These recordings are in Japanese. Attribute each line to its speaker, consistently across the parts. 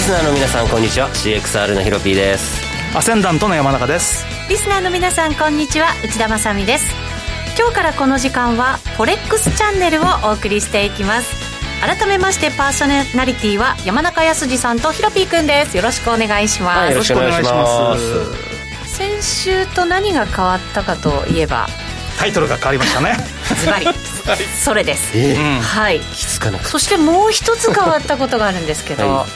Speaker 1: スナーの皆さんこんにちは CXR のヒロピーです
Speaker 2: アセンダントの山中です
Speaker 3: リスナーの皆さんこんにちは内田まさみです今日からこの時間はフォレックスチャンネルをお送りしていきます改めましてパーソナリティは山中康二さんとヒロピーくんですよろしくお願いします、
Speaker 1: はいよろしくお願いします
Speaker 2: よろしくお願いしま
Speaker 3: 先週と何が変わったかといえば
Speaker 2: すタイトルが変わりましたね
Speaker 3: ズバリそれです
Speaker 1: え
Speaker 2: うん
Speaker 3: はい
Speaker 1: 気づかなかっ
Speaker 3: そしてもう一つ変わったことがあるんですけど、
Speaker 1: は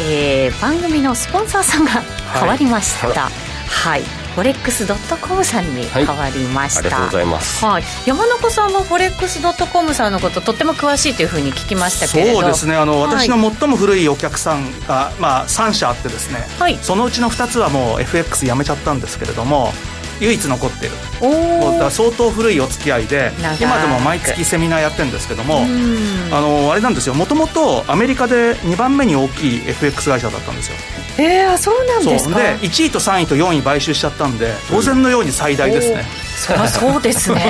Speaker 3: えー番組のスポンサーさんが変わりましたはい、フォレックス .com さんに
Speaker 1: はい
Speaker 3: 変わりま
Speaker 1: たあ
Speaker 3: し
Speaker 1: りがとう
Speaker 3: た、
Speaker 1: ございます
Speaker 3: はい、山中さんはフォレックス .com さんのこととっても詳しいというふうに聞きましたけれど
Speaker 2: そうですねあの、
Speaker 3: はい
Speaker 2: 私の最も古いお客さんが、まあ、3社あってですね、
Speaker 3: はい
Speaker 2: そのうちの2つはもう FX やめちゃったんですけれども唯一残ってる
Speaker 3: お
Speaker 2: もうだか
Speaker 3: お
Speaker 2: ら相当古いお付き合いで
Speaker 3: 長く
Speaker 2: 今でも毎月セミナーやってるんですけどもあのあれなんですよもともとアメリカで2番目に大きい FX 会社だったんですよ
Speaker 3: えー、あそうなん
Speaker 2: そう
Speaker 3: ですか
Speaker 2: で1位と3位と4位買収しちゃったんで当然のように最大ですね、
Speaker 3: そりゃそうです ね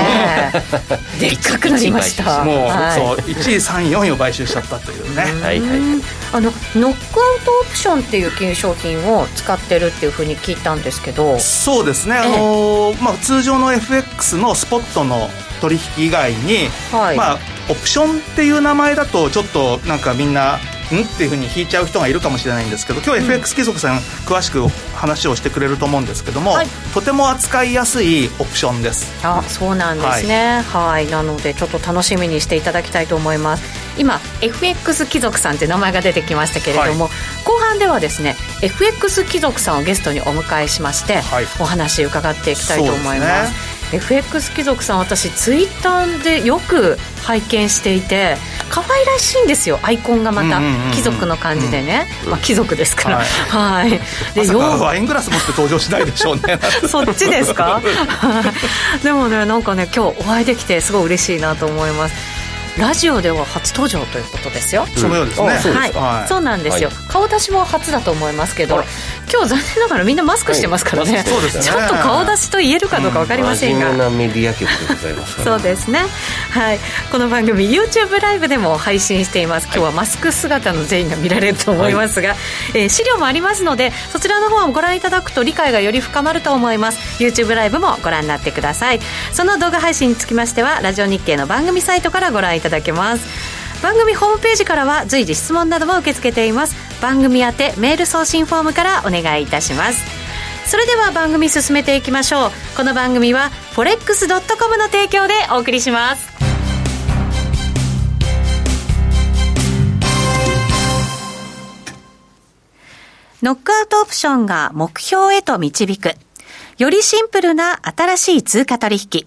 Speaker 3: でっかくなりました
Speaker 2: もう、
Speaker 3: はい
Speaker 2: そう1位3位4位を買収しちゃったというね、
Speaker 1: はいはい
Speaker 3: うんあのノックアウトオプションっていう金融商品を使ってるっていうふうに聞いたんですけど
Speaker 2: そうですね、あのーまあ、通常の FX のスポットの取引以外に、
Speaker 3: はい
Speaker 2: まあ、オプションっていう名前だとちょっとなんかみんなんっていうふうに引いちゃう人がいるかもしれないんですけど今日 FX 貴族さん詳しく話をしてくれると思うんですけども、
Speaker 3: はい
Speaker 2: とても扱いやすいオプションです
Speaker 3: あそうなんですねはいなのでちょっと楽しみにしていただきたいと思います今 FX 貴族さんって名前が出てきましたけれども、後半ではですね FX 貴族さんをゲストにお迎えしまして、
Speaker 2: はい
Speaker 3: お話伺っていきたいと思い
Speaker 2: そ
Speaker 3: ま
Speaker 2: うですね
Speaker 3: す FX 貴族さん私ツイッターでよく拝見していて可愛らしいんですよアイコンがまた
Speaker 2: うんうんうんうん
Speaker 3: 貴族の感じでね、まあ、貴族ですから
Speaker 2: はい
Speaker 3: はい
Speaker 2: ま
Speaker 3: で
Speaker 2: さか
Speaker 3: よう
Speaker 2: ワイングラス持って登場しないでしょうね
Speaker 3: そっちですか でもねなんかね今日お会いできてすごい嬉しいなと思いますラジオでは初登場ということですよ
Speaker 2: そのようですね、
Speaker 1: うんあそうで
Speaker 3: はい、
Speaker 1: すか
Speaker 2: はい
Speaker 3: そうなんですよ、
Speaker 1: は
Speaker 3: 顔出しも初だと思いますけど
Speaker 1: あら
Speaker 3: 今日残念ながらみんなマスクしてますからね、
Speaker 1: はいそうです
Speaker 2: ね
Speaker 3: ちょっと顔出しと言えるかどうか分かりません
Speaker 1: 真
Speaker 3: が、
Speaker 1: 面目なメディア局でございますから
Speaker 3: そうですねはいこの番組 YouTube ライブでも配信しています今日はマスク姿の全員が見られると思いますが、えー資料もありますのでそちらの方をご覧いただくと理解がより深まると思います YouTube ライブもご覧になってくださいその動画配信につきましてはラジオ日経の番組サイトからご覧いただけます番組ホームページからは随時質問なども受け付けています番組宛てメール送信フォームからお願いいたしますそれでは番組進めていきましょうこの番組はフォレックス .com の提供でお送りしますノックアウトオプションが目標へと導くよりシンプルな新しい通貨取引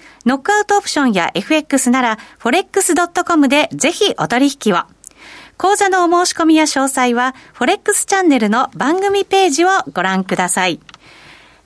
Speaker 3: ノックアウトオプションや FX なら、forex.com でぜひお取引を。講座のお申し込みや詳細は、forex チャンネルの番組ページをご覧ください。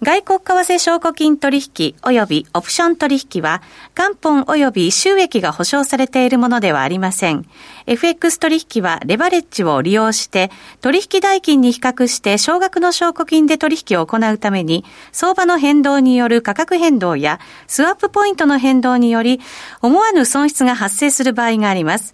Speaker 3: 外国為替証拠金取引及びオプション取引は、元本及び収益が保証されているものではありません。FX 取引はレバレッジを利用して、取引代金に比較して少額の証拠金で取引を行うために、相場の変動による価格変動や、スワップポイントの変動により、思わぬ損失が発生する場合があります。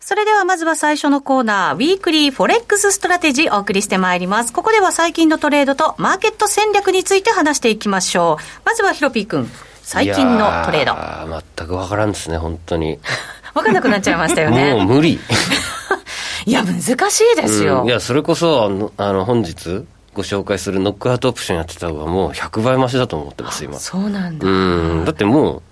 Speaker 3: それではまずは最初のコーナー、ウィークリーフォレックスストラテジーお送りしてまいります。ここでは最近のトレードとマーケット戦略について話していきましょう。まずはヒロピー君、最近のトレード。
Speaker 1: ド全くわからんですね本当に
Speaker 3: わかんなくなっちゃいましたよ
Speaker 1: もう
Speaker 3: ね。
Speaker 1: 無理
Speaker 3: いや、難しいです
Speaker 1: う
Speaker 3: よ
Speaker 1: んい。やそれこそあのあの本日ご紹介するノックアウトオプションやってた方がもう100倍増しだと思ってます今
Speaker 3: そうなんだ
Speaker 1: うんだってもう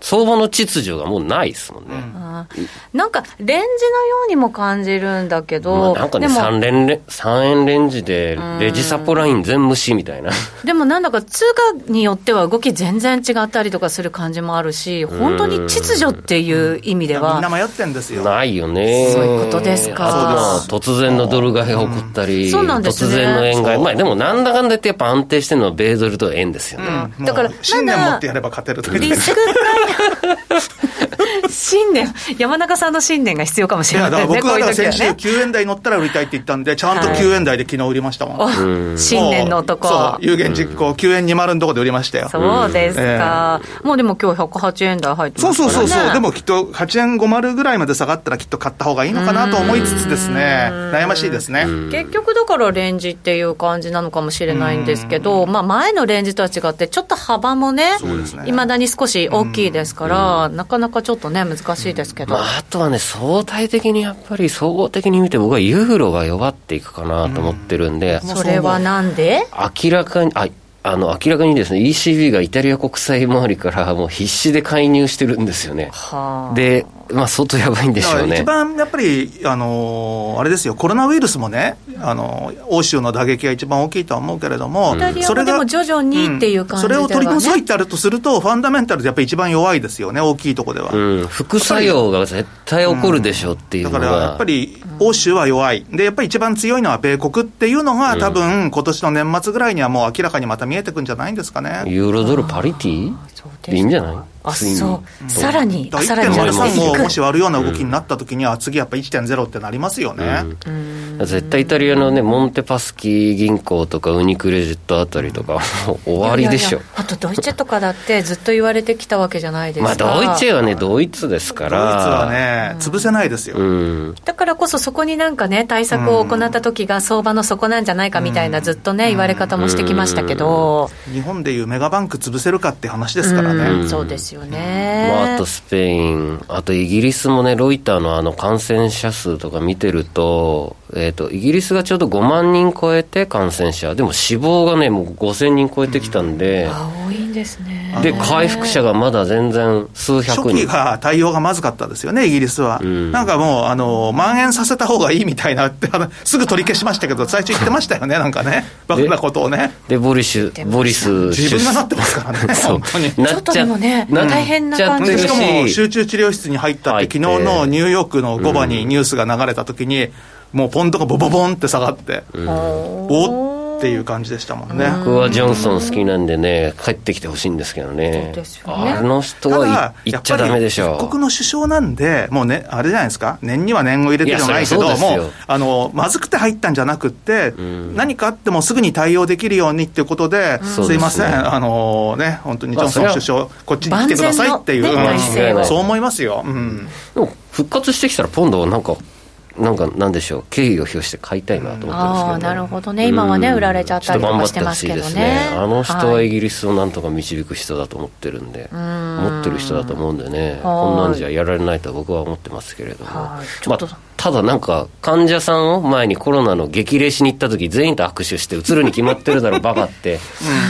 Speaker 1: 相場の秩序がもうないですもんね、
Speaker 2: うん
Speaker 3: あーなんかレンジのようにも感じるんだけ
Speaker 1: まあ
Speaker 3: ど、
Speaker 1: なんかね
Speaker 3: でも
Speaker 1: 3連レ三円レンジでレジサポライン全無視みたいな
Speaker 3: でもなんだか通貨によっては動き全然違ったりとかする感じもあるし、本当に秩序っていう意 味で
Speaker 2: みんな
Speaker 3: は、
Speaker 2: 迷ってんですよ
Speaker 1: ないよね
Speaker 3: そういうことですか
Speaker 1: あとまあ突然のドル買いが起こったり、
Speaker 3: うんそうなんです
Speaker 1: 突
Speaker 3: ね
Speaker 1: 然の円買い
Speaker 2: そう
Speaker 1: まあでもなんだかんだ言ってやっぱ安定してるのは米ドルと円ですよね、
Speaker 2: うんもう
Speaker 3: だからまだ
Speaker 2: 信念持ってやれば勝てるという
Speaker 3: リスク回信念、山中さんの信念が必要かもし
Speaker 2: い
Speaker 3: れ
Speaker 2: や
Speaker 3: な
Speaker 2: だ
Speaker 3: い
Speaker 2: から
Speaker 3: ね、
Speaker 2: 僕
Speaker 3: こ
Speaker 2: は
Speaker 3: うい
Speaker 2: だ
Speaker 3: う
Speaker 2: から
Speaker 3: 時
Speaker 2: 先週
Speaker 3: はね。
Speaker 2: 9円台乗ったら売りたいって言ったんで、ちゃんと
Speaker 3: はい
Speaker 2: 9円台で昨日売りましたもん。も
Speaker 3: お
Speaker 1: ん
Speaker 3: 信念の男。
Speaker 2: そう、有言実行、9円20のとこで売りましたよ。
Speaker 3: そうですか、もうでも今日108円台入って
Speaker 2: そ
Speaker 3: ま
Speaker 2: う
Speaker 3: すか
Speaker 2: そう
Speaker 3: ら、ね、
Speaker 2: そうそう、でもきっと8円50ぐらいまで下がったらきっと買った方がいいのかなと思いつつですね、悩ましいですね。
Speaker 3: 結局だからレンジっていう感じなのかもしれないんですけど、まあ、前のレンジとは違って、ちょっと幅もね
Speaker 2: そうですね、
Speaker 3: いまだに少し大きいですから、なかなかちょっとね、難しいですけど。
Speaker 1: まあ、あとはね、相対的にやっぱり、総合的に見て、僕はユーロが弱っていくかなと思ってるんで、
Speaker 3: それはなんで
Speaker 1: 明らかに、ああの明らかにですね、ECB がイタリア国債周りからもう必死で介入してるんですよね。
Speaker 3: はあ
Speaker 1: で、まあ、相当やばいんで
Speaker 2: だ
Speaker 1: し
Speaker 2: か
Speaker 1: ょう
Speaker 2: ら一
Speaker 1: ね。
Speaker 2: 番やっぱり、あのーあれですよ、コロナウイルスもね、あのー欧州の打撃が一番大きいとは思うけれども、
Speaker 3: イタリア
Speaker 2: そ
Speaker 3: も
Speaker 2: れ
Speaker 3: で
Speaker 2: が
Speaker 3: も徐々にっていう感じ
Speaker 2: そ
Speaker 3: で
Speaker 2: れ
Speaker 3: は、ね
Speaker 2: を取り除いてあるとすると、ファンダメンタルでやっぱり一番弱いですよね、大きいとこでは。
Speaker 1: うん、副作用が絶対起こるでしょうっていう
Speaker 2: だ
Speaker 1: の
Speaker 2: か
Speaker 1: が、
Speaker 2: らやっぱり欧州は弱い、でやっぱり一番強いのは米国っていうのが、多分今年の年末ぐらいにはもう明らかにまた見えてくんじゃないんですかね。
Speaker 1: ユーロドルパリティ
Speaker 3: そうですか
Speaker 1: でいいんじゃない
Speaker 3: あ
Speaker 1: ついに
Speaker 3: そうさらに
Speaker 2: だ
Speaker 3: さ
Speaker 2: から
Speaker 3: に上がってい
Speaker 2: 1.03を
Speaker 3: く
Speaker 2: もし割るような動きになったときには、次やっぱり1.0ってなりますよね。
Speaker 1: 絶対イタリアのね、モンテパスキ銀行とかウニクレジットあたりとか、もう 終わりでしょ
Speaker 3: いやいやいや。あとドイツとかだってずっと言われてきたわけじゃないです
Speaker 1: まあ、
Speaker 3: か、
Speaker 1: ドイツはね、ドイツですか
Speaker 2: ドイツ
Speaker 1: ら。
Speaker 2: はね、潰せないですよ。
Speaker 1: うん。
Speaker 3: だからこそそこになんかね対策を行った時が相場の底なんじゃないかみたいなずっとね言われ方もしてきましたけど
Speaker 2: 日本でいうメガバンク潰せるかって話ですからね。
Speaker 3: うんそうですよね、
Speaker 1: まあ、あとスペイン、あとイギリスもね、ロイターのあの感染者数とか見てると、えっ、と、イギリスがちょうど5万人超えて感染者、でも死亡がね、もう5000人超えてきたんで、
Speaker 3: あ多いんですね
Speaker 1: で、回復者がまだ全然数百
Speaker 2: 初期
Speaker 1: 人。
Speaker 2: が対応がまずかったですよね、イギリスは。
Speaker 1: ん
Speaker 2: なんかもう、あの、蔓延させた方がいいみたいなって、あのすぐ取り消しましたけど、最初言ってましたよね、なんかね、バカなことをね。
Speaker 1: で、ボリシ
Speaker 3: 出
Speaker 1: ュ、
Speaker 3: ました
Speaker 1: ボリス
Speaker 2: 自
Speaker 1: 首
Speaker 2: 分がな
Speaker 1: 相、
Speaker 2: ってますから ね、
Speaker 1: そう
Speaker 2: 本当に。
Speaker 1: なっ
Speaker 3: ちょっと
Speaker 1: ち
Speaker 3: で
Speaker 1: ゃ
Speaker 3: もね
Speaker 1: なっ
Speaker 3: 大変な感じ
Speaker 1: ちゃ
Speaker 2: で
Speaker 1: っ
Speaker 2: してか
Speaker 1: る
Speaker 2: も集中治療室に入ったっ
Speaker 1: 入
Speaker 2: て、
Speaker 1: って
Speaker 2: 昨日のニューヨークの5番にニュースが流れた時に、もうポンドがボボボンって下がって、おっていう感じでしたもんね。
Speaker 1: 僕はジョンソン好きなんでね、帰ってきてほしいんですけどね。
Speaker 3: そうですよね
Speaker 1: あの人
Speaker 2: た
Speaker 1: は
Speaker 2: だ、
Speaker 1: い
Speaker 2: や
Speaker 1: 行っ
Speaker 2: っ
Speaker 1: ちゃ
Speaker 2: ぱ
Speaker 1: ダメで
Speaker 2: り
Speaker 1: しょ
Speaker 2: 一国の首相なんで、もうね、あれじゃないですか、年には年を入れてじゃないけど、
Speaker 1: いやそりゃそうです
Speaker 2: も
Speaker 1: よ
Speaker 2: うあのまずくて入ったんじゃなくって、何かあってもすぐに対応できるようにっていうことで、
Speaker 1: そう
Speaker 2: す
Speaker 1: ですね
Speaker 2: いません、あのね、本当にジ
Speaker 1: まあ
Speaker 2: ョンソン首相、こっちに来てくださいっていう、
Speaker 3: 万全の
Speaker 1: ね体制を
Speaker 2: うんそう思いますよ。うん
Speaker 1: でも復活してきたらポンドはなんか、なんかなんでしょう、敬意を表して買いたいなと思って
Speaker 3: あ
Speaker 1: ま
Speaker 3: あ
Speaker 1: すけど、
Speaker 3: なるほどね今はね
Speaker 1: うん
Speaker 3: 売られちゃったりとかしてますけど
Speaker 1: ちょ
Speaker 3: ね
Speaker 1: っと頑張ってほしいですねあの人はいイギリスをなんとか導く人だと思ってるんで、持ってる人だと思うんでね、
Speaker 3: はい
Speaker 1: こんなんじゃやられないと僕は思ってますけれども、
Speaker 3: はいちょ
Speaker 1: ま
Speaker 3: っと
Speaker 1: あ、ただなんか、患者さんを前にコロナの激励しに行った時全員と握手して、映るに決まってるだろ、ババって、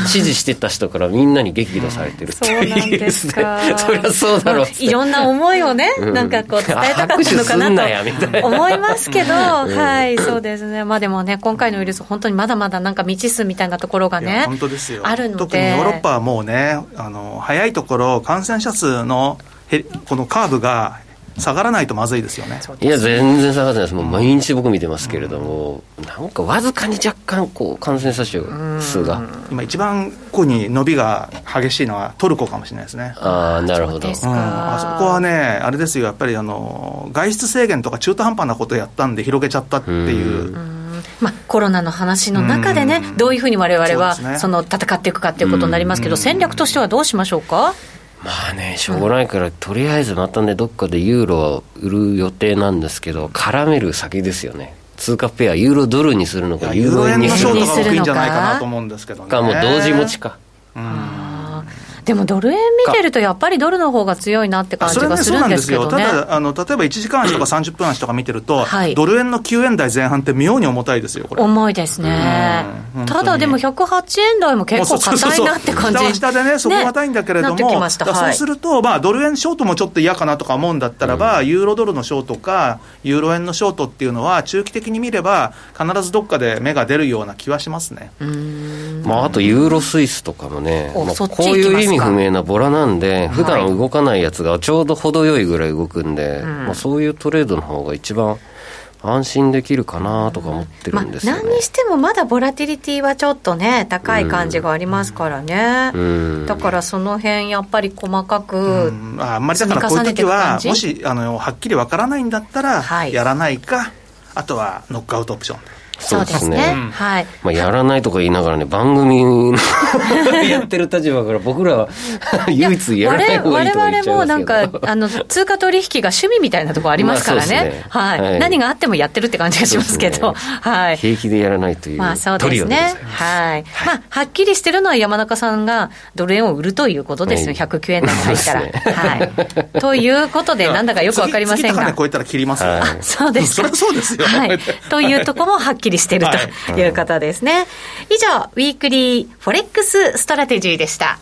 Speaker 1: 支持してた人からみんなに激怒されてるって
Speaker 3: そう
Speaker 1: いう、
Speaker 3: なんですか
Speaker 1: イギリ スでそりゃそうだろうっつっ
Speaker 3: まあ
Speaker 1: て
Speaker 3: いろんな思いをね、
Speaker 1: ん
Speaker 3: なんかこう伝えたかったのか
Speaker 1: あ拍手すんなやみ
Speaker 3: な
Speaker 1: たい
Speaker 3: と
Speaker 1: な
Speaker 3: 思いますけど、はい、そうですね。まあでもね、今回のウイルス、本当にまだまだなんか未知数みたいなところが
Speaker 2: いや
Speaker 3: ね、
Speaker 2: 本当ですよ
Speaker 3: あるので。
Speaker 2: 特にヨーロッパはもうね、あの早いところ、感染者数のへこのカーブが下がらないとまずいですよね。
Speaker 3: そう
Speaker 1: い
Speaker 3: で
Speaker 1: や、
Speaker 3: す
Speaker 1: 全然下がってないです。もう毎日僕見てますけれども、なんかわずかに若干、こう、感染者数が。
Speaker 2: 今一番ここに伸びが激しいのはトルコかもしれないですね。
Speaker 1: ああ、なるほ
Speaker 3: そう
Speaker 1: ど
Speaker 3: で。す
Speaker 2: うん、
Speaker 3: か
Speaker 2: あそこはね、あれですよ、やっぱりあの外出制限とか中途半端なことやったんで、広げちゃったっていう、
Speaker 3: まあ、コロナの話の中でね、どういうふうに我々は
Speaker 2: そ
Speaker 3: そう
Speaker 2: ですね
Speaker 3: の戦っていくかっていうことになりますけど、戦略としてはどうしましょうか、
Speaker 1: まあね、しょうがないから、とりあえずまたね、どっかでユーロを売る予定なんですけど、絡める先ですよね。通貨ペア、ユーロドルにするのか、ユ
Speaker 2: ユ
Speaker 1: ー
Speaker 2: ーロ
Speaker 1: ロ
Speaker 2: 円
Speaker 1: 円
Speaker 2: の
Speaker 1: にす
Speaker 2: ショ
Speaker 1: る
Speaker 2: ー
Speaker 1: の
Speaker 2: トが僕いいんじゃないかなと思うんですけどね。
Speaker 1: か、もう同時持ちか。
Speaker 3: あーでもドル円見てると、やっぱりドルの方が強いなって感じ
Speaker 2: それは
Speaker 3: が
Speaker 2: ね、
Speaker 3: す
Speaker 2: そう
Speaker 3: る
Speaker 2: なんん
Speaker 3: で
Speaker 2: ですす
Speaker 3: け
Speaker 2: よ、
Speaker 3: ど
Speaker 2: た
Speaker 3: ね。
Speaker 2: だあの、例えば1時間足とか30分足とか見てると、
Speaker 3: はい
Speaker 2: ドル円の9円台前半って妙に重たいですよ、これ。
Speaker 3: 重いですね
Speaker 2: うん本当
Speaker 3: た
Speaker 2: に
Speaker 3: だでも108円台も結構硬いなっ
Speaker 2: そうそう
Speaker 3: て感じ
Speaker 2: そう下は下でね、そこが硬いんだけれども、
Speaker 3: ねなってきました
Speaker 2: だから
Speaker 3: はい
Speaker 2: そうすると、まあ、ドル円ショートもちょっと嫌かなとか思うんだったらば、ユーロドルのショートか、ユーロ円のショートっていうのは、中期的に見れば、必ずどっかで芽が出るような気はしますね。
Speaker 1: まあ、あとユーロスイスとかもね、
Speaker 3: お
Speaker 1: まあ
Speaker 3: そっち
Speaker 1: こうい
Speaker 3: 行
Speaker 1: う
Speaker 3: き
Speaker 1: 意
Speaker 3: ます
Speaker 1: 味
Speaker 3: か
Speaker 1: 不明なボラなんで、普段動かないやつがちょうど程よいぐらい動くんで、まあ、そういうトレードの方が一番安心できるかなとか思ってる
Speaker 3: まあ
Speaker 1: んですよね。
Speaker 3: 何にしてもまだボラティリティはちょっとね高い感じがありますからね、
Speaker 1: うん
Speaker 3: だからその辺やっぱり細かく、
Speaker 2: うんああんまりだからこういう時は、
Speaker 3: 積み重ねていく感じ
Speaker 2: もしあのはっきりわからないんだったら、
Speaker 3: はい
Speaker 2: やらないか、あとはノックアウトオプション。
Speaker 3: そうですね
Speaker 1: うん
Speaker 3: はい
Speaker 1: まあ、やらないとか言いながらね、番組の やってる立場から僕らは唯一やらない方がいいとか言
Speaker 3: 我
Speaker 1: っちゃい
Speaker 3: 々も
Speaker 1: ます
Speaker 3: な
Speaker 1: け
Speaker 3: ん
Speaker 1: ど。
Speaker 3: かあの通貨取引が趣味みたいなところありますから
Speaker 1: まあそう
Speaker 3: ね,、
Speaker 1: ですね
Speaker 3: はい
Speaker 1: はい
Speaker 3: 何があってもやってるって感じがしますけ
Speaker 1: そう
Speaker 3: ど
Speaker 1: ですね
Speaker 3: はい
Speaker 1: 平気でやらないという
Speaker 3: まあそう
Speaker 1: ト
Speaker 3: で
Speaker 1: リオ
Speaker 3: す
Speaker 1: でござい
Speaker 3: ね
Speaker 1: ます。。
Speaker 3: はい。まあ、はっきりしてるのは山中さんがドル円を売るということですよ。
Speaker 1: はい
Speaker 3: 109円台入ったら。
Speaker 1: そうですね
Speaker 3: はい。ということで、なんだかよくわかりません
Speaker 2: 次高値
Speaker 3: が。
Speaker 2: 超えたら切りますよ。
Speaker 1: はい
Speaker 3: あそうです
Speaker 2: そ
Speaker 3: か
Speaker 2: りゃそうですよ。
Speaker 3: はい。というとこもはっきりしてる
Speaker 2: は
Speaker 3: ということですね。以上、ウィークリーフォレックスストラテジーでした。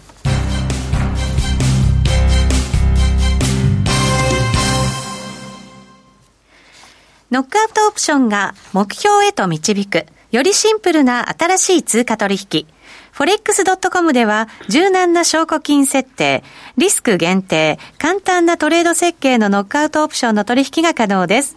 Speaker 3: ノックアウトオプションが目標へと導く、よりシンプルな新しい通貨取引。forex.com では柔軟な証拠金設定、リスク限定、簡単なトレード設計のノックアウトオプションの取引が可能です。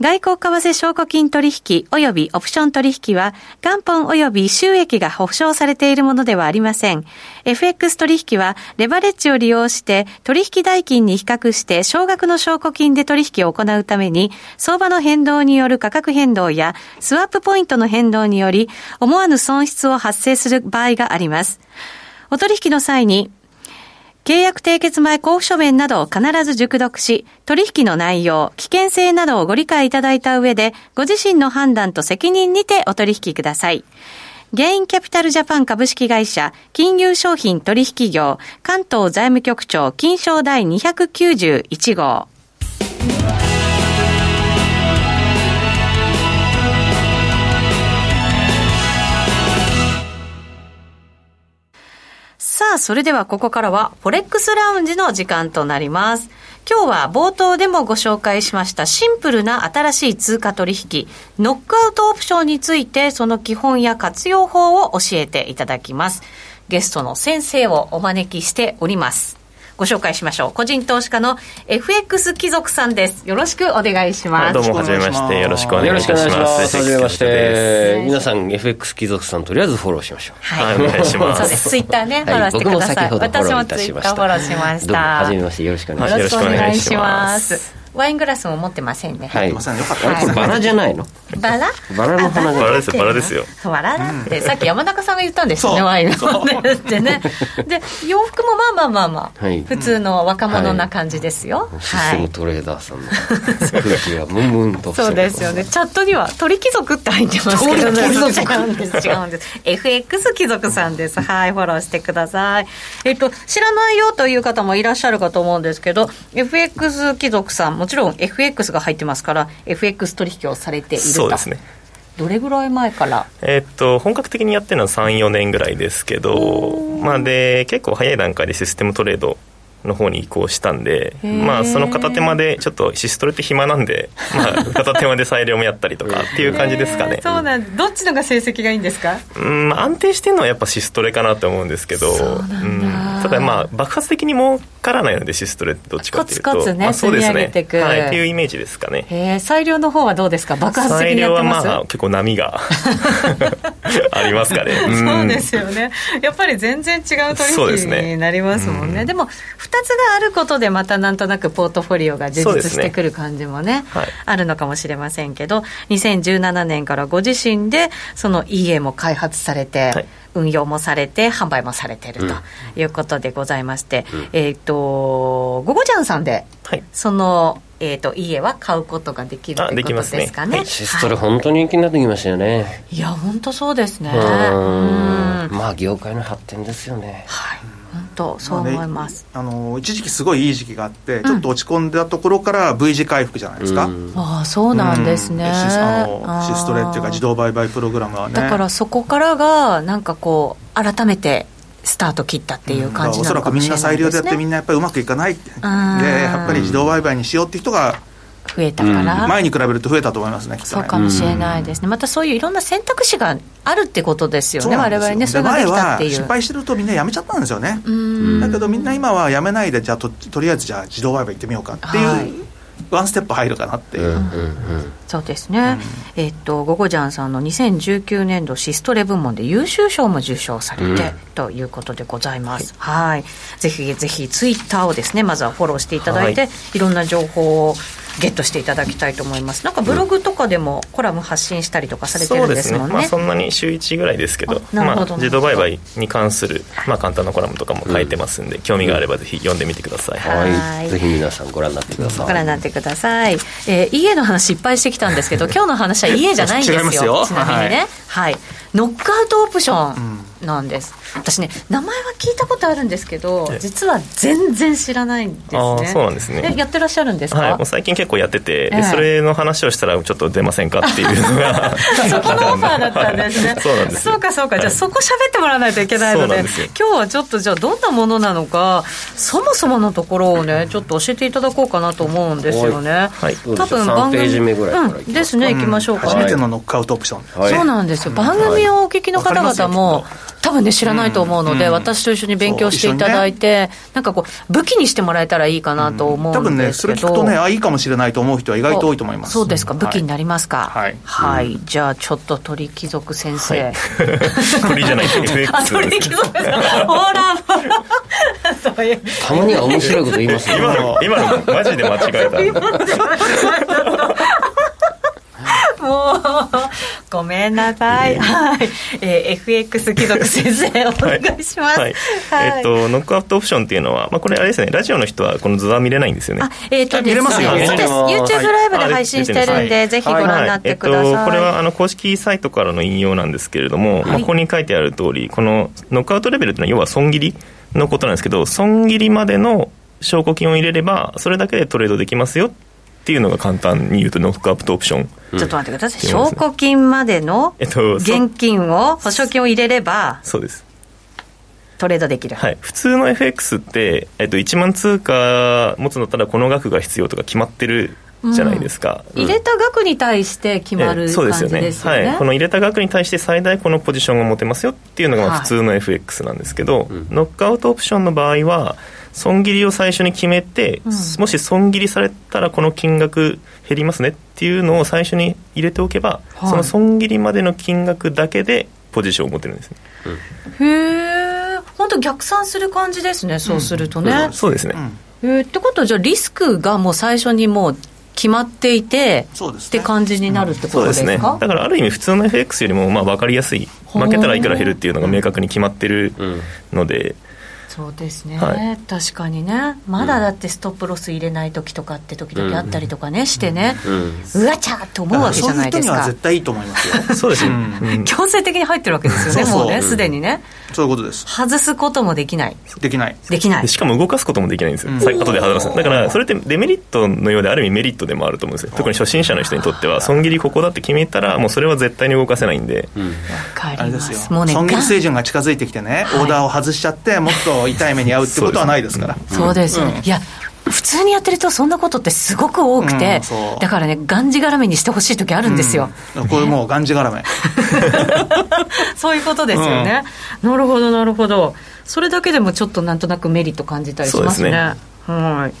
Speaker 3: 外国為替証拠金取引及びオプション取引は、元本及び収益が保証されているものではありません。FX 取引は、レバレッジを利用して、取引代金に比較して、少額の証拠金で取引を行うために、相場の変動による価格変動や、スワップポイントの変動により、思わぬ損失を発生する場合があります。お取引の際に、契約締結前交付書面などを必ず熟読し、取引の内容、危険性などをご理解いただいた上で、ご自身の判断と責任にてお取引ください。ゲインキャピタルジャパン株式会社、金融商品取引業、関東財務局長、金賞第291号。さあ、それではここからは、フォレックスラウンジの時間となります。今日は冒頭でもご紹介しましたシンプルな新しい通貨取引、ノックアウトオプションについて、その基本や活用法を教えていただきます。ゲストの先生をお招きしております。ご紹介しましょう。個人投資家の FX 貴族さんです。よろしくお願いしま
Speaker 4: あ
Speaker 3: す
Speaker 4: どう。も、はじめまして。よろしくお願いいたします。
Speaker 1: はじめまし
Speaker 4: FX
Speaker 1: て。皆さん、FX 貴族さん、とりあえずフォローしましょう。
Speaker 4: はいお願いします
Speaker 3: そうです。ツイッターね、
Speaker 1: い
Speaker 3: フォローしてくださ
Speaker 1: 僕
Speaker 3: い。
Speaker 1: も先ほどフォローいた
Speaker 3: 私
Speaker 1: し
Speaker 3: も
Speaker 1: ま
Speaker 3: ツ
Speaker 1: し
Speaker 3: イ
Speaker 1: た
Speaker 3: ッターフォローしまし
Speaker 1: どうも、
Speaker 3: た。
Speaker 1: はじめまして、よろしくお願いし
Speaker 3: よ
Speaker 1: ま
Speaker 3: ろ
Speaker 1: す。
Speaker 3: しくお願いしま。
Speaker 4: よろしくお願いします
Speaker 3: ワイングラスも持ってませんね。
Speaker 1: はい。
Speaker 2: ませんよかった
Speaker 1: あれこれバラじゃないの
Speaker 3: バラ
Speaker 1: バラの花
Speaker 3: あ
Speaker 1: が
Speaker 4: バラですよ、バラですよ。
Speaker 3: バラだって、さっき山中さんが言ったんですよね、
Speaker 2: そう
Speaker 3: ワイン飲ん でるってね。で、洋服もまあまあまあまあ、
Speaker 1: はい
Speaker 3: 普通の若者な感じですよ。
Speaker 1: システムトレーダーさんの空気がムンムンとしてお
Speaker 3: そう
Speaker 1: りま
Speaker 3: ですよね。チャットには鳥貴族って入ってますけどね。
Speaker 1: 鳥貴
Speaker 3: 違うんです、違うんです。FX 貴族さんです。はい、フォローしてください。えっと、知らないよという方もいらっしゃるかと思うんですけど、FX 貴族さん、もちろん FX が入ってますから、FX 取引をされていると。
Speaker 4: そうですね。
Speaker 3: どれぐらい前から
Speaker 4: えっと、本格的にやってるのは3、4年ぐらいですけど、まあで、結構早い段階でシステムトレードの方に移行したんで、
Speaker 3: ー
Speaker 4: まあその片手間で、ちょっとシストレって暇なんで、 まあ片手間で裁量もやったりとかっていう感じですか
Speaker 3: え
Speaker 4: ね
Speaker 3: ー。そうなんですどっちのが成績がいいんですか
Speaker 4: うん、まあ安定してるのはやっぱシストレかなと思うんですけど、
Speaker 3: そうなんだ
Speaker 4: うんただまあ爆発的に儲からないのでシストレってどっちかっていうと、
Speaker 3: コツコツね
Speaker 4: あそうです
Speaker 3: 積み上げていく
Speaker 4: はい、っていうイメージですかね。
Speaker 3: えー、裁量の方はどうですか爆発的
Speaker 4: 裁
Speaker 3: にや
Speaker 4: 量
Speaker 3: って
Speaker 4: は
Speaker 3: ます、
Speaker 4: まあ結構 波がありますかね。ん
Speaker 3: そうですよねやっぱり全然違う
Speaker 4: そうで
Speaker 3: 取
Speaker 4: す
Speaker 3: 引
Speaker 4: ね
Speaker 3: になりますもんねでも2つがあることでまたなんとなくポートフォリオが充
Speaker 4: そうで
Speaker 3: 実
Speaker 4: す
Speaker 3: し
Speaker 4: ね
Speaker 3: てくる感じもね
Speaker 4: はい
Speaker 3: あるのかもしれませんけど2017年からご自身でその EA も開発されて、
Speaker 4: はい
Speaker 3: 運用もされて販売もされてるということでございまして、えっ、とゴゴちゃんさんで
Speaker 4: はい
Speaker 3: その、えー、と家は買うことができる
Speaker 4: あ
Speaker 3: という
Speaker 4: で
Speaker 3: こと
Speaker 4: き
Speaker 3: で
Speaker 4: ますね
Speaker 3: すかね。
Speaker 4: はい
Speaker 1: シストレ本当に人気になってきましたよね、
Speaker 3: いや本当そうですね。う
Speaker 1: うん
Speaker 3: ん
Speaker 1: まあ業界の発展ですよね
Speaker 3: はい本当そう思います。
Speaker 2: あの一時期すごいいい時期があって、ちょっと落ち込んでたところから V 字回復じゃないですか、
Speaker 1: うん
Speaker 3: ああそうなんですね。
Speaker 2: うんシスあの
Speaker 3: あー
Speaker 2: シストレっていうか自動売買プログラムはね
Speaker 3: だからそこからがなんかこう改めてスタート切ったっていう感じ
Speaker 2: お
Speaker 3: な
Speaker 2: そ
Speaker 3: の
Speaker 2: ら
Speaker 3: か
Speaker 2: く
Speaker 3: も
Speaker 2: み
Speaker 3: し
Speaker 2: んな
Speaker 3: れない
Speaker 2: 裁
Speaker 3: で
Speaker 2: 量
Speaker 3: す
Speaker 2: でやってみ
Speaker 3: ね。
Speaker 2: んなやっぱりうまくいかないってで
Speaker 3: ん
Speaker 2: やっぱり自動売買にしようって人が
Speaker 3: 増えたから。
Speaker 2: 前に比べると増えたと思いますねきっと
Speaker 3: そう
Speaker 2: ね
Speaker 3: かもしれないですね、またそういういろんな選択肢があるってことですよ
Speaker 2: そ
Speaker 3: ね、
Speaker 2: うなん
Speaker 3: 我
Speaker 2: ですよ
Speaker 3: 々ね、そ
Speaker 2: で
Speaker 3: れができたって
Speaker 2: 前は
Speaker 3: いう。
Speaker 2: 失敗してるとみんなやめちゃったんですよね
Speaker 3: うーん
Speaker 2: だけどみんな今はやめないでじゃあととりあえずじゃあ自動売買行ってみようかっていう、
Speaker 3: はい
Speaker 2: ワンステップ入るかなっていう、
Speaker 1: うんうん
Speaker 3: そうですね、えっとゴゴジャンさんの2019年度シストレ部門で優秀賞も受賞されて、
Speaker 1: うん
Speaker 3: ということでございますはいぜひぜひツイッターをですねまずはフォローしていただいて、、
Speaker 4: はい
Speaker 3: ろんな情報をゲットしていただきたいと思いますなんかブログとかでもコラム発信したりとかされてるんですもんね
Speaker 4: まあ、そんなに週1ぐらいですけど
Speaker 3: あなるほどなる
Speaker 4: ま
Speaker 3: ほ
Speaker 4: あ
Speaker 3: ど、
Speaker 4: 自動売買に関する、まあ、簡単なコラムとかも書いてますんで、興味があればぜひ読んでみてください、
Speaker 1: うん
Speaker 3: はい
Speaker 1: はいぜひ皆さんご覧になってください
Speaker 3: ご覧になってください、えー、家の話失敗してきたんですけ ど今日の話は家じゃないんですよ
Speaker 2: 違いますよ
Speaker 3: ちなみにねはい、ノックアウトオプションなんです、私ね名前は聞いたことあるんですけど
Speaker 4: ええ
Speaker 3: 実は全然知らないんですね
Speaker 4: ああそうなんですね
Speaker 3: えやってらっしゃるんですか、
Speaker 4: はい、もう最近結構やってて、
Speaker 3: ええ
Speaker 4: でそれの話をしたらちょっと出ませんかっていうのが
Speaker 3: そこのオファーだったんですね
Speaker 4: そうなんですよ
Speaker 3: そうかそうか、じゃあ
Speaker 4: はい
Speaker 3: そこ喋ってもらわないといけないの
Speaker 4: そう
Speaker 3: で
Speaker 4: なんですよ
Speaker 3: 今日はちょっとじゃあどんなものなのかそもそものところをねちょっと教えていただこうかなと思うんですよね、
Speaker 4: はい
Speaker 1: どうでしょう3ページ目ぐらいからいきます
Speaker 3: うん、ですねいきましょうか、
Speaker 2: 初めてのノックアウトオプション、
Speaker 1: はい
Speaker 3: そうなんですよ番組をお聞きの方々
Speaker 2: はいわ
Speaker 3: も
Speaker 2: かり
Speaker 3: 多分ね知らないと思うので、
Speaker 2: うん
Speaker 3: 私と一緒に勉強していただいて、なんかこう武器にしてもらえたらいいかなと思
Speaker 2: 多
Speaker 3: うん
Speaker 2: 分ね
Speaker 3: です
Speaker 2: そ
Speaker 3: け
Speaker 2: れ
Speaker 3: ど、
Speaker 2: 聞くとねあいいかもしれないと思う人は意外と多いと思います
Speaker 3: そうですか武器に
Speaker 2: な
Speaker 3: なりますか
Speaker 2: はい
Speaker 3: はいじゃあちょっと鳥貴族先生、
Speaker 4: 鳥じゃない FX
Speaker 3: あ鳥貴族先生ほら そういう
Speaker 1: たまには面白いこと言い ますね
Speaker 4: 今の今のマジで間違えた
Speaker 3: もうごめんなさい、はい、えー FX 貴族先生お願いします、
Speaker 4: はいえっとノックアウトオプションっていうのは、まあ、これあれですねラジオの人はこの図は見れないんですよね
Speaker 3: あ、えっ、とで
Speaker 2: 見
Speaker 3: すね、
Speaker 2: れますよ
Speaker 3: そうです。
Speaker 1: はい
Speaker 3: YouTube ライブで配信してるんで、
Speaker 4: はい
Speaker 3: ぜひご覧になってください。
Speaker 4: はいえっと、これはあの公式サイトからの引用なんですけれども、まあ、ここに書いてある通りこのノックアウトレベルというのは要は損切りのことなんですけど損切りまでの証拠金を入れればそれだけでトレードできますよっていうのが簡単に言うとノックアウトオプション
Speaker 3: ちょっと待ってください。証拠金までの
Speaker 4: えっとそ
Speaker 3: 現金を保証金を入れれば
Speaker 4: そうです
Speaker 3: トレードできる。
Speaker 4: はい、普通の FX って、えっと、1万通貨持つんだったらこの額が必要とか決まってるじゃないですか、
Speaker 3: 入れた額に対して決まる
Speaker 4: ええ
Speaker 3: 感じですよね。
Speaker 4: はい、この入れた額に対して最大このポジションが持てますよっていうのがま
Speaker 3: はい
Speaker 4: あ普通の FX なんですけど、ノックアウトオプションの場合は損切りを最初に決めて、
Speaker 3: ん
Speaker 4: もし損切りされたらこの金額減りますねっていうのを最初に入れておけば、
Speaker 3: はい
Speaker 4: その損切りまでの金額だけでポジションを持てるんですね、
Speaker 3: へえ。本当逆算する感じですね。そうするとね。
Speaker 4: そうですね、
Speaker 3: へーってことはじゃあリスクがもう最初にもう決まっていて、
Speaker 2: そうですね
Speaker 3: って感じになるってこ
Speaker 4: そ
Speaker 3: と
Speaker 4: うで
Speaker 3: です
Speaker 4: す
Speaker 3: か。
Speaker 4: ねだからある意味普通の FX よりもまあ分かりやすい
Speaker 3: ほう
Speaker 4: 負けたらいくら減るっていうのが明確に決まってるので、
Speaker 3: そうですね、
Speaker 4: はい
Speaker 3: 確かにねまだだってストップロス入れない時とかって時々あったりとかね、してね、うわちゃーって思うわけじゃないです
Speaker 2: そういう人には
Speaker 3: か
Speaker 2: 絶対いいと思いますよ
Speaker 4: そうですね、うん
Speaker 3: 強制的に入ってるわけですよね
Speaker 2: そうそう
Speaker 3: もうね
Speaker 2: うん
Speaker 3: すでにね
Speaker 2: そういうことです
Speaker 3: 外すこともできない
Speaker 2: できない
Speaker 3: できない
Speaker 4: でしかも動かすこともできないんですよ、さ後で外すだからそれってデメリットのようである意味メリットでもあると思うんですよ特に初心者の人にとっては損切りここだって決めたらもうそれは絶対に動かせないんで、
Speaker 3: わ
Speaker 2: あ
Speaker 3: か
Speaker 2: れ
Speaker 3: り
Speaker 2: で
Speaker 3: ます
Speaker 2: よ
Speaker 3: すもうね
Speaker 2: 損切
Speaker 3: が
Speaker 2: り水準が近づいてきてね、オーダーを外しちゃってもっと痛い目に遭うってことはないですから
Speaker 3: そうですよね、いや普通にやってるとそんなことってすごく多くて
Speaker 2: うん、そう
Speaker 3: だからねがんじがらめにしてほしい時あるんですよ、
Speaker 2: うんこれもうがんじがらめ
Speaker 3: そういうことですよね、なるほどなるほどそれだけでもちょっとなんとなくメリット感じたりします
Speaker 4: そ
Speaker 3: ね
Speaker 4: うですね
Speaker 3: はい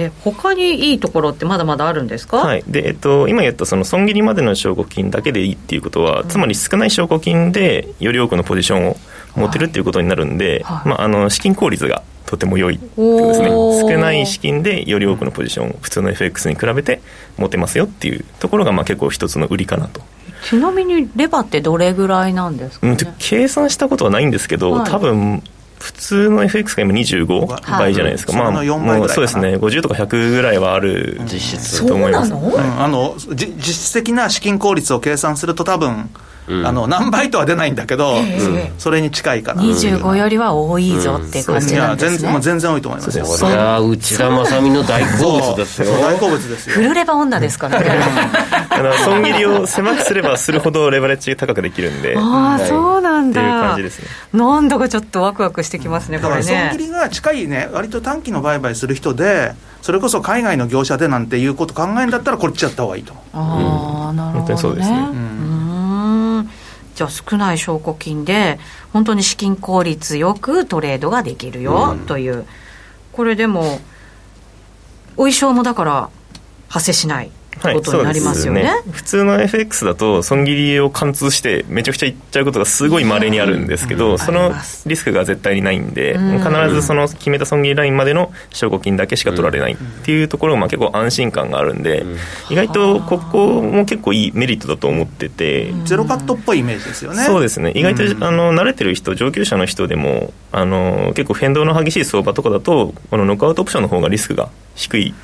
Speaker 3: え他にいいところってまだまだあるんですか、
Speaker 4: はいでえっと、今言ったその損切りまでの証拠金だけでいいっていうことは、つまり少ない証拠金でより多くのポジションを持てるっていうことになるんで、
Speaker 3: はい
Speaker 4: まあ、あの資金効率がとても良いってことですね少ない資金でより多くのポジションを普通の FX に比べて持てますよっていうところがまあ結構一つの売りかなと。
Speaker 3: ちなみにレバってどれぐらいなんですか、
Speaker 4: う
Speaker 3: ね
Speaker 4: ん、計算したことはないんですけど、
Speaker 3: はい
Speaker 4: 多分普通の FX が今25
Speaker 3: はい
Speaker 4: 倍じゃないですか、
Speaker 2: それの
Speaker 4: まあ
Speaker 2: 4倍ぐらいかな
Speaker 4: もうそうですね50とか100ぐらいはある
Speaker 1: 実質
Speaker 4: と思いま
Speaker 3: そうなの、
Speaker 4: す
Speaker 2: うんあのじ実質的な資金効率を計算すると多分、
Speaker 1: うん
Speaker 2: あの何倍とは出ないんだけど、それに近いかな
Speaker 3: 25よりは多いぞって感
Speaker 2: い
Speaker 3: じな
Speaker 2: や
Speaker 3: んで
Speaker 2: 全
Speaker 3: すね、
Speaker 2: 然もう全然多いと思います
Speaker 1: こ
Speaker 2: よ
Speaker 1: れは内田まさみの大好物ですよ
Speaker 2: そう大好物ですよ
Speaker 3: フルレバ女ですからね
Speaker 4: あの損切りを狭くすればするほどレバレッジ高くできるんで
Speaker 3: ああ
Speaker 4: はい
Speaker 3: そうなん
Speaker 4: っていう
Speaker 3: だ
Speaker 4: 感じですね
Speaker 3: なんだかちょっとワクワクしてきますね
Speaker 2: だ
Speaker 3: こ
Speaker 2: から
Speaker 3: れ
Speaker 2: 損切
Speaker 3: ね
Speaker 2: りが近いね、割と短期の売買する人で、それこそ海外の業者でなんていうこと考えんだったら、こっちやった方がいいと。
Speaker 3: ああなる
Speaker 4: 本当に
Speaker 3: ほ
Speaker 4: そ
Speaker 3: ど
Speaker 4: うです
Speaker 3: ね
Speaker 4: ね
Speaker 3: うーんじゃあ少ない証拠金で本当に資金効率よくトレードができるよという、これでもお衣装もだから発生しないってことになりますよね,、
Speaker 4: そうです普通の FX だと損切りを貫通してめちゃくちゃいっちゃうことがすごいまれにあるんですけど、そ
Speaker 3: あ
Speaker 4: の
Speaker 3: ります
Speaker 4: リスクが絶対にないんで、
Speaker 3: うん
Speaker 4: 必ずその決めた損切りラインまでの証拠金だけしか取られないっていうところがまあ結構安心感があるんで、意外とここも結構いいメリットだと思ってて。
Speaker 2: ゼロカットっぽいイメージですよね。
Speaker 4: そうですね意外と、あの慣れてる人上級者の人でもあの結構変動の激しい相場とかだとこのノックアウトオプションの方がリスクが低い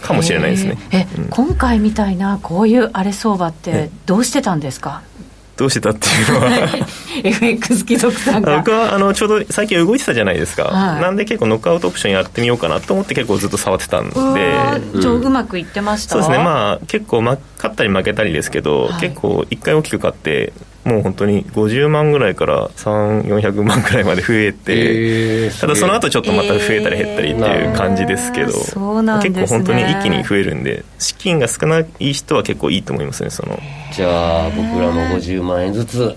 Speaker 4: かもしれないですね、
Speaker 3: えーえ
Speaker 4: うん
Speaker 3: 今回みたいなこういう荒れ相場ってどうしてたんですか、
Speaker 4: どうしてたっていうのは
Speaker 3: FX 貴族さんが
Speaker 4: 僕はあのちょうど最近動いてたじゃないですか、
Speaker 3: はい
Speaker 4: なんで結構ノックアウトオプションやってみようかなと思って結構ずっと触ってたんで
Speaker 3: うわーちょうまくいってました
Speaker 4: そうですねまあ結構ま勝ったり負けたりですけど、
Speaker 3: はい
Speaker 4: 結構1回大きく買ってもう本当に50万ぐらいから3400万ぐらいまで増えて、
Speaker 1: え
Speaker 4: ただその後ちょっとまた増えたり減ったりっていう感じですけど、
Speaker 3: えーそうなんですね
Speaker 4: 結構本当に一気に増えるんで資金が少ない人は結構いいと思いますねその
Speaker 1: じゃあ僕らも50万円ずつ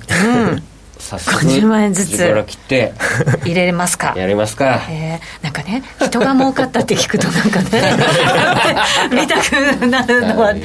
Speaker 1: 早速
Speaker 3: 50万円ずつ
Speaker 1: 自腹切って
Speaker 3: 入れれますか
Speaker 1: やります か
Speaker 3: えーなんかね人が儲かったって聞くとなんかね見たくなるのはね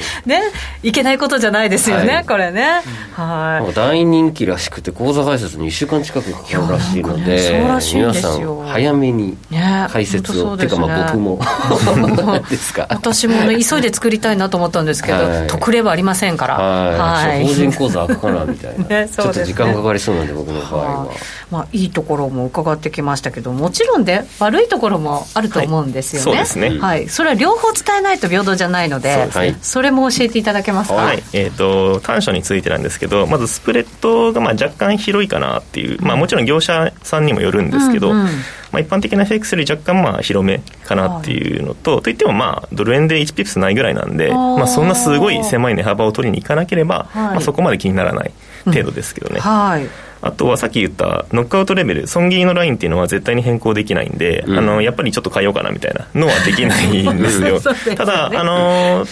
Speaker 3: いけないことじゃないですよね、
Speaker 1: はい
Speaker 3: これね、は
Speaker 1: な
Speaker 3: い
Speaker 1: んか大人気らしくて口座開設に1週間近くかかるらしいの
Speaker 3: い
Speaker 1: で
Speaker 3: やなんかねそうら
Speaker 1: 皆
Speaker 3: しいで
Speaker 1: さ
Speaker 3: すよ
Speaker 1: ん早めに
Speaker 3: ね
Speaker 1: 解説
Speaker 3: 本
Speaker 1: を、
Speaker 3: 当そうで
Speaker 1: て
Speaker 3: す
Speaker 1: か
Speaker 3: ね
Speaker 1: まあ僕 もですか
Speaker 3: 私もね急いで作りたいなと思ったんですけど、
Speaker 1: はい
Speaker 3: 特例はありませんから
Speaker 1: はい、
Speaker 3: はい
Speaker 1: 法人口座開くかなみたいな、
Speaker 3: ね
Speaker 1: ち
Speaker 3: そ
Speaker 1: ょ
Speaker 3: う
Speaker 1: っ
Speaker 3: です
Speaker 1: と
Speaker 3: ね
Speaker 1: 時間かかりそうなんで僕の場合は、
Speaker 3: はい まあ、いいところも伺ってきましたけどもちろんで悪いところもあると思うんですよね、
Speaker 4: はいそうですね
Speaker 3: はい、それは両方伝えないと平等じゃないので
Speaker 1: そ
Speaker 3: そう
Speaker 1: ですねはい
Speaker 3: れも教えていただけますか、
Speaker 4: はいえー、と短所についてなんですけどまずスプレッドがまあ若干広いかなっていう、まあ、もちろん業者さんにもよるんですけど、
Speaker 3: うんうん
Speaker 4: まあ、一般的な FX より若干まあ広めかなっていうのと、といってもまあドル円で1ピプスないぐらいなんで
Speaker 3: あー
Speaker 4: まあ、そんなすごい狭い値幅を取りに行かなければ、
Speaker 3: はい
Speaker 4: まあ、そこまで気にならない程度ですけどね、
Speaker 3: はい
Speaker 4: あとはさっき言ったノックアウトレベル損切りのラインっていうのは絶対に変更できないんで、
Speaker 1: うん
Speaker 4: あのやっぱりちょっと変えようかなみたいなのはできないんです よ
Speaker 3: そうですよね
Speaker 4: ただあの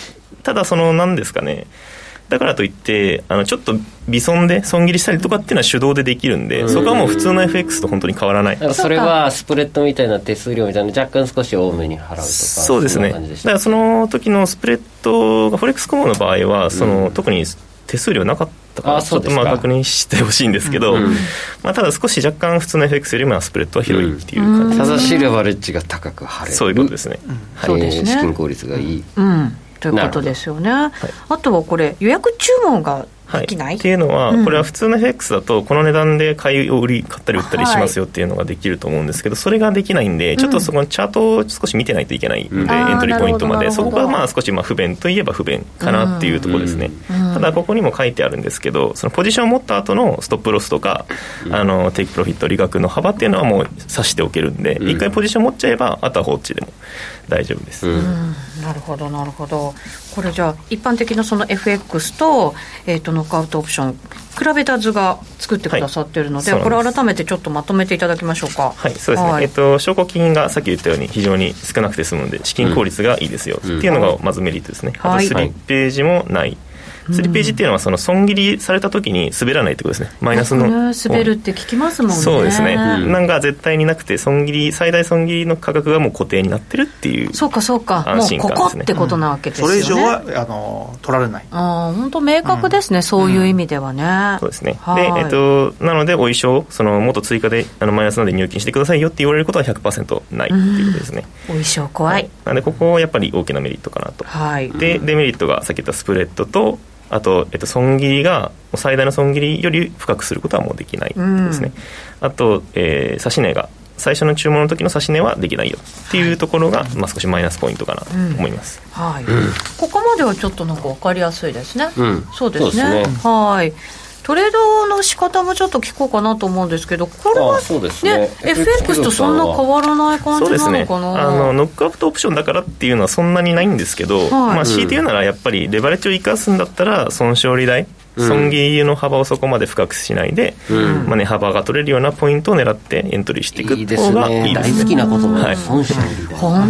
Speaker 4: ただその何ですかねだからといってあのちょっと微損で損切りしたりとかっていうのは手動でできるんで、そこはもう普通の FX と本当に変わらない、
Speaker 1: なんかそれはスプレッドみたいな手数料みたいな若干少し多めに払うとか
Speaker 4: そうですね
Speaker 1: んな感じで
Speaker 4: だ
Speaker 1: し
Speaker 4: か
Speaker 1: た
Speaker 4: らその時のスプレッドがフォレックスコモの場合はその、特に手数料なかったから
Speaker 1: あ
Speaker 4: ちょ
Speaker 1: そう
Speaker 4: っ
Speaker 1: で
Speaker 4: と
Speaker 1: すか
Speaker 4: まあ確認してほしいんですけど、
Speaker 1: うん
Speaker 4: まあ、ただ少し若干普通の FX よりもまあスプレッドは広いっていう感じ
Speaker 1: ただしレバレッジが高く張れる
Speaker 4: そういうことですね、
Speaker 1: はい
Speaker 3: そうですね
Speaker 1: 資金効率がいい
Speaker 3: うんということですよね、あとはこれ予約注文ができない、
Speaker 4: っていうのは、
Speaker 3: うん
Speaker 4: これは普通の FX だとこの値段で買いを売り買ったり売ったりしますよっていうのができると思うんですけど、それができないんでちょっとそこのチャートを少し見てないといけないんで、
Speaker 1: うん
Speaker 4: エントリーポイントま
Speaker 3: あーなるほど
Speaker 4: でそこがまあ少しまあ不便といえば不便かなっていうところですね、
Speaker 3: うん
Speaker 4: ただここにも書いてあるんですけどそのポジションを持った後のストップロスとか、あのテイクプロフィット利額の幅っていうのはもう指しておけるんで、
Speaker 1: うん
Speaker 4: 一回ポジション持っちゃえばあとは放置でも大丈夫です、
Speaker 1: うん
Speaker 3: うんなるほどなるほどこれじゃあ一般的なその FX と,、えー、とノックアウトオプション比べた図が作ってくださってるので,、
Speaker 4: はいそうなん
Speaker 3: こ
Speaker 4: です
Speaker 3: れ改めてちょっとまとめていただきましょうか
Speaker 4: はい、そうですね、
Speaker 3: はい
Speaker 4: えっと、証拠金がさっき言ったように非常に少なくて済むので資金効率がいいですよ、っていうのがまずメリットですね、
Speaker 3: はい
Speaker 4: あとスリッページもない、 3ページっていうのはその損切りされた時に滑らないってことですねマイナスの
Speaker 3: ね滑るって聞きますもんね
Speaker 4: そうですね、
Speaker 1: ん
Speaker 4: なんか絶対になくて損切り最大損切りの価格がもう固定になってるっていう
Speaker 3: そうかそうかも
Speaker 4: 安
Speaker 3: う
Speaker 4: 心
Speaker 3: ここ
Speaker 4: 感ですね
Speaker 3: ってことなわけですよ
Speaker 2: そ
Speaker 3: ね、
Speaker 2: れ以上はあの取られない
Speaker 3: ああ本当明確ですね、そういう意味ではね、
Speaker 4: そうですねで
Speaker 3: はい
Speaker 4: えっとなのでお衣装そのもっと追加であのマイナスなので入金してくださいよって言われることは100%ないっていうことですね、
Speaker 3: お衣装怖い
Speaker 4: なんでここはやっぱり大きなメリットかなと
Speaker 3: はい、
Speaker 4: でデメリットがさっき言ったスプレッドとあと、えっと、損切りが最大の損切りより深くすることはもうできないってことですね、あと、えー、差し値が最初の注文の時の差し値はできないよっていうところが、まあ、少しマイナスポイントかなと思います、
Speaker 3: はいここまではちょっとなんか分かりやすいですね、
Speaker 1: うん
Speaker 3: そうですね
Speaker 1: そうですね
Speaker 3: はいトレードの仕方もちょっと聞こうかなと思うんですけどこれ
Speaker 1: あ
Speaker 3: は
Speaker 1: あそうですね
Speaker 3: FX とそんな変わらない感
Speaker 4: そう
Speaker 3: じ
Speaker 4: で
Speaker 3: な
Speaker 4: す
Speaker 3: の
Speaker 4: ね
Speaker 3: かな
Speaker 4: あのノックアウトオプションだからっていうのはそんなにないんですけど、まあ、強いて言うならやっぱりレバレッジを生かすんだったら損傷利大
Speaker 1: ん
Speaker 4: 損切りの幅をそこまで深くしないで、まあね、幅が取れるようなポイントを狙ってエントリーしていく
Speaker 1: いいで
Speaker 4: 方
Speaker 1: す
Speaker 4: がい
Speaker 1: ね
Speaker 4: いですね
Speaker 1: 大好きな言葉
Speaker 4: は
Speaker 1: で
Speaker 4: い
Speaker 1: 損しないが
Speaker 3: 本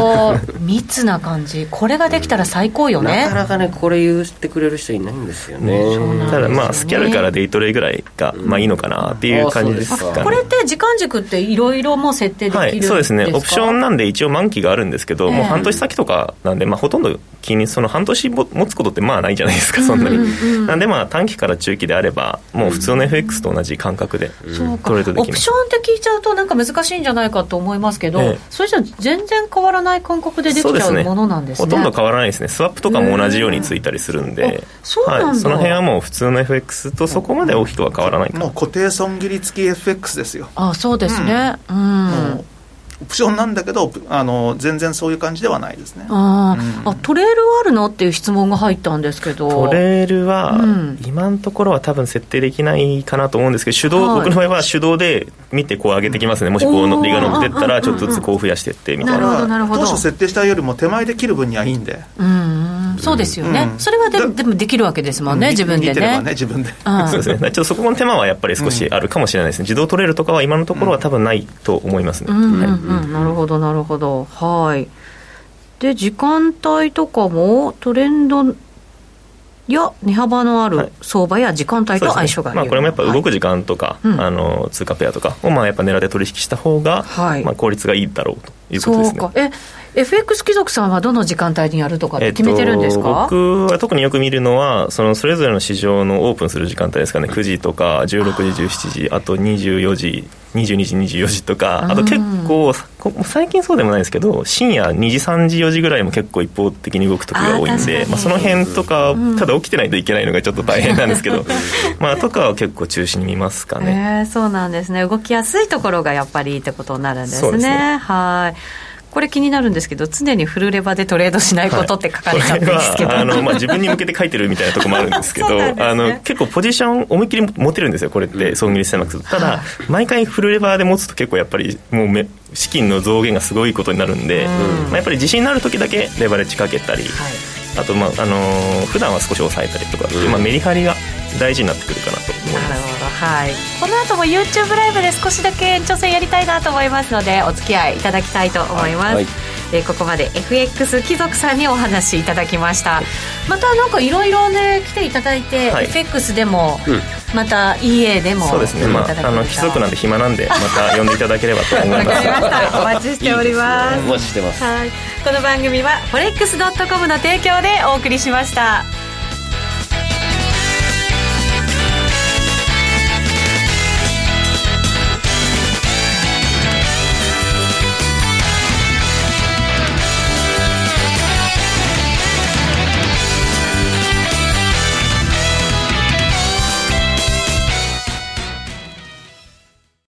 Speaker 3: 当密な感じこれができたら最高よね
Speaker 1: なかなかねこれ言ってくれる人いないんですよね
Speaker 4: ただまあスキャルからデイトレぐらいがまあいいのかなっていう感じですかね
Speaker 1: あ
Speaker 3: これって時間軸っていろいろもう設定できるん
Speaker 4: は
Speaker 3: です
Speaker 4: い、
Speaker 3: か、
Speaker 4: そうですねオプションなんで一応満期があるんですけ
Speaker 3: え
Speaker 4: ど、
Speaker 3: え
Speaker 4: もう半年先とかなんで、まあ、ほとんど気にその半年も持つことってまあないじゃないですかそんなに、なんでまあ短期から中期であればもう普通の FX と同じ感覚で
Speaker 3: そうか
Speaker 4: トレードで
Speaker 3: オ
Speaker 4: きま
Speaker 3: プ
Speaker 4: す
Speaker 3: ションって聞いちゃうとなんか難しいんじゃないかと思いますけど、
Speaker 4: ええ
Speaker 3: それじゃ全然変わらない感覚でできち
Speaker 4: そうで
Speaker 3: ゃ
Speaker 4: す
Speaker 3: う
Speaker 4: ね
Speaker 3: ものなんですね
Speaker 4: ほとんど変わらないですねスワップとかも同じようについたりするんで
Speaker 3: あ、そうなんだ
Speaker 4: はい、その辺はもう普通の FX とそこまで大きくは変わらないかな
Speaker 2: もう固定損切り付き FX ですよ
Speaker 3: あそうですねうん、
Speaker 2: もうオプションなんだけどあの全然そういう感じではないですね
Speaker 3: あー、
Speaker 2: うん
Speaker 3: あトレールあるのっていう質問が入ったんですけど
Speaker 4: トレールは
Speaker 3: うん
Speaker 4: 今のところは多分設定できないかなと思うんですけど手動、
Speaker 3: はい
Speaker 4: 僕の場合は手動で見てこう上げてきますねもしこうの
Speaker 3: おー
Speaker 4: 利が乗ってったらちょっとずつこう増やしてってみた
Speaker 3: な
Speaker 4: い
Speaker 3: る
Speaker 4: な
Speaker 3: ほどなるほど
Speaker 2: 当初設定したよりも手前で切る分にはいいんで
Speaker 3: うんうんそうですよね、
Speaker 2: うん
Speaker 3: それはで
Speaker 2: だ
Speaker 3: でもできるわけですもんね、
Speaker 2: うん
Speaker 3: 自分で
Speaker 2: 見てれば
Speaker 3: ね
Speaker 2: ね自分で
Speaker 3: うん
Speaker 4: そうですねだからちょっとそこの手間はやっぱり少しあるかもしれないですね自動トレールとかは今のところは多分ないと思いますね、
Speaker 3: うんうん
Speaker 4: はい
Speaker 3: うん、なるほどなるほどはいで時間帯とかもトレンドや値幅のあ
Speaker 4: は
Speaker 3: る
Speaker 4: い
Speaker 3: 相場や時間帯
Speaker 4: そう
Speaker 3: と
Speaker 4: です
Speaker 3: 相
Speaker 4: ね
Speaker 3: 性がいい、
Speaker 4: まあ、これもやっぱ動
Speaker 3: はい
Speaker 4: く時間とか、
Speaker 3: うん
Speaker 4: あの通貨ペアとかをまあやっぱ狙って取引した方が、
Speaker 3: はい
Speaker 4: まあ、効率がいいだろうというこ
Speaker 3: そ
Speaker 4: とで
Speaker 3: う
Speaker 4: すね
Speaker 3: かえ FX 貴族さんはどの時間帯にやるとかって決めてるんですか、
Speaker 4: えっと、僕は特によく見るのはそのそれぞれの市場のオープンする時間帯ですかね9時とか16時17時あと24時22時24時とかあと結構こ最近そうでもないですけど深夜2時3時4時ぐらいも結構一方的に動く時が多い
Speaker 3: あ
Speaker 4: ん
Speaker 3: ー確か
Speaker 4: で
Speaker 3: に
Speaker 4: まあ、その辺とか、ただ起きてないといけないのがちょっと大変なんですけどまあとかは結構中心に見ますかね。
Speaker 3: えーそうなんですね動きやすいところがやっぱりいいってことになるんですね
Speaker 4: そうですね
Speaker 3: はいこれ気になるんですけど常にフルレバでトレードしないことって書かれちゃってるんですけど、
Speaker 4: これはあの、まあ、自分に向けて書いてるみたいなところもあるんですけど
Speaker 3: そうなんですね
Speaker 4: あの結構ポジション思いっきり持てるんですよこれって損切り狭くするとただ毎回フルレバーで持つと結構やっぱりもうめ資金の増減がすごいことになるんで、まあ、やっぱり自信のある時だけレバレッジかけたり、あと、まああのー普段は少し抑えたりとかっていう、まあ、メリハリが大事になってくるかなと思い
Speaker 3: な
Speaker 4: ま
Speaker 3: る
Speaker 4: す
Speaker 3: ほどはいこの後も YouTube ライブで少しだけ延長戦やりたいなと思いますのでお付き合いいただきたいと思います、
Speaker 1: はい
Speaker 3: えーここまで FX 貴族さんにお話いただきましたまたなんかいろいろね来ていただいて、
Speaker 4: はい
Speaker 3: FX でも、
Speaker 1: ん
Speaker 3: また EA でも
Speaker 4: そうですね、ま
Speaker 3: いただけ
Speaker 4: あ、あ
Speaker 3: たら
Speaker 4: の貴族なんで暇なんでまた呼んでいただければと思いま
Speaker 3: わ
Speaker 4: す
Speaker 3: かりましたお待ちしております
Speaker 1: いいですねお待ちしてます
Speaker 3: はいこの番組は forex.com の提供でお送りしました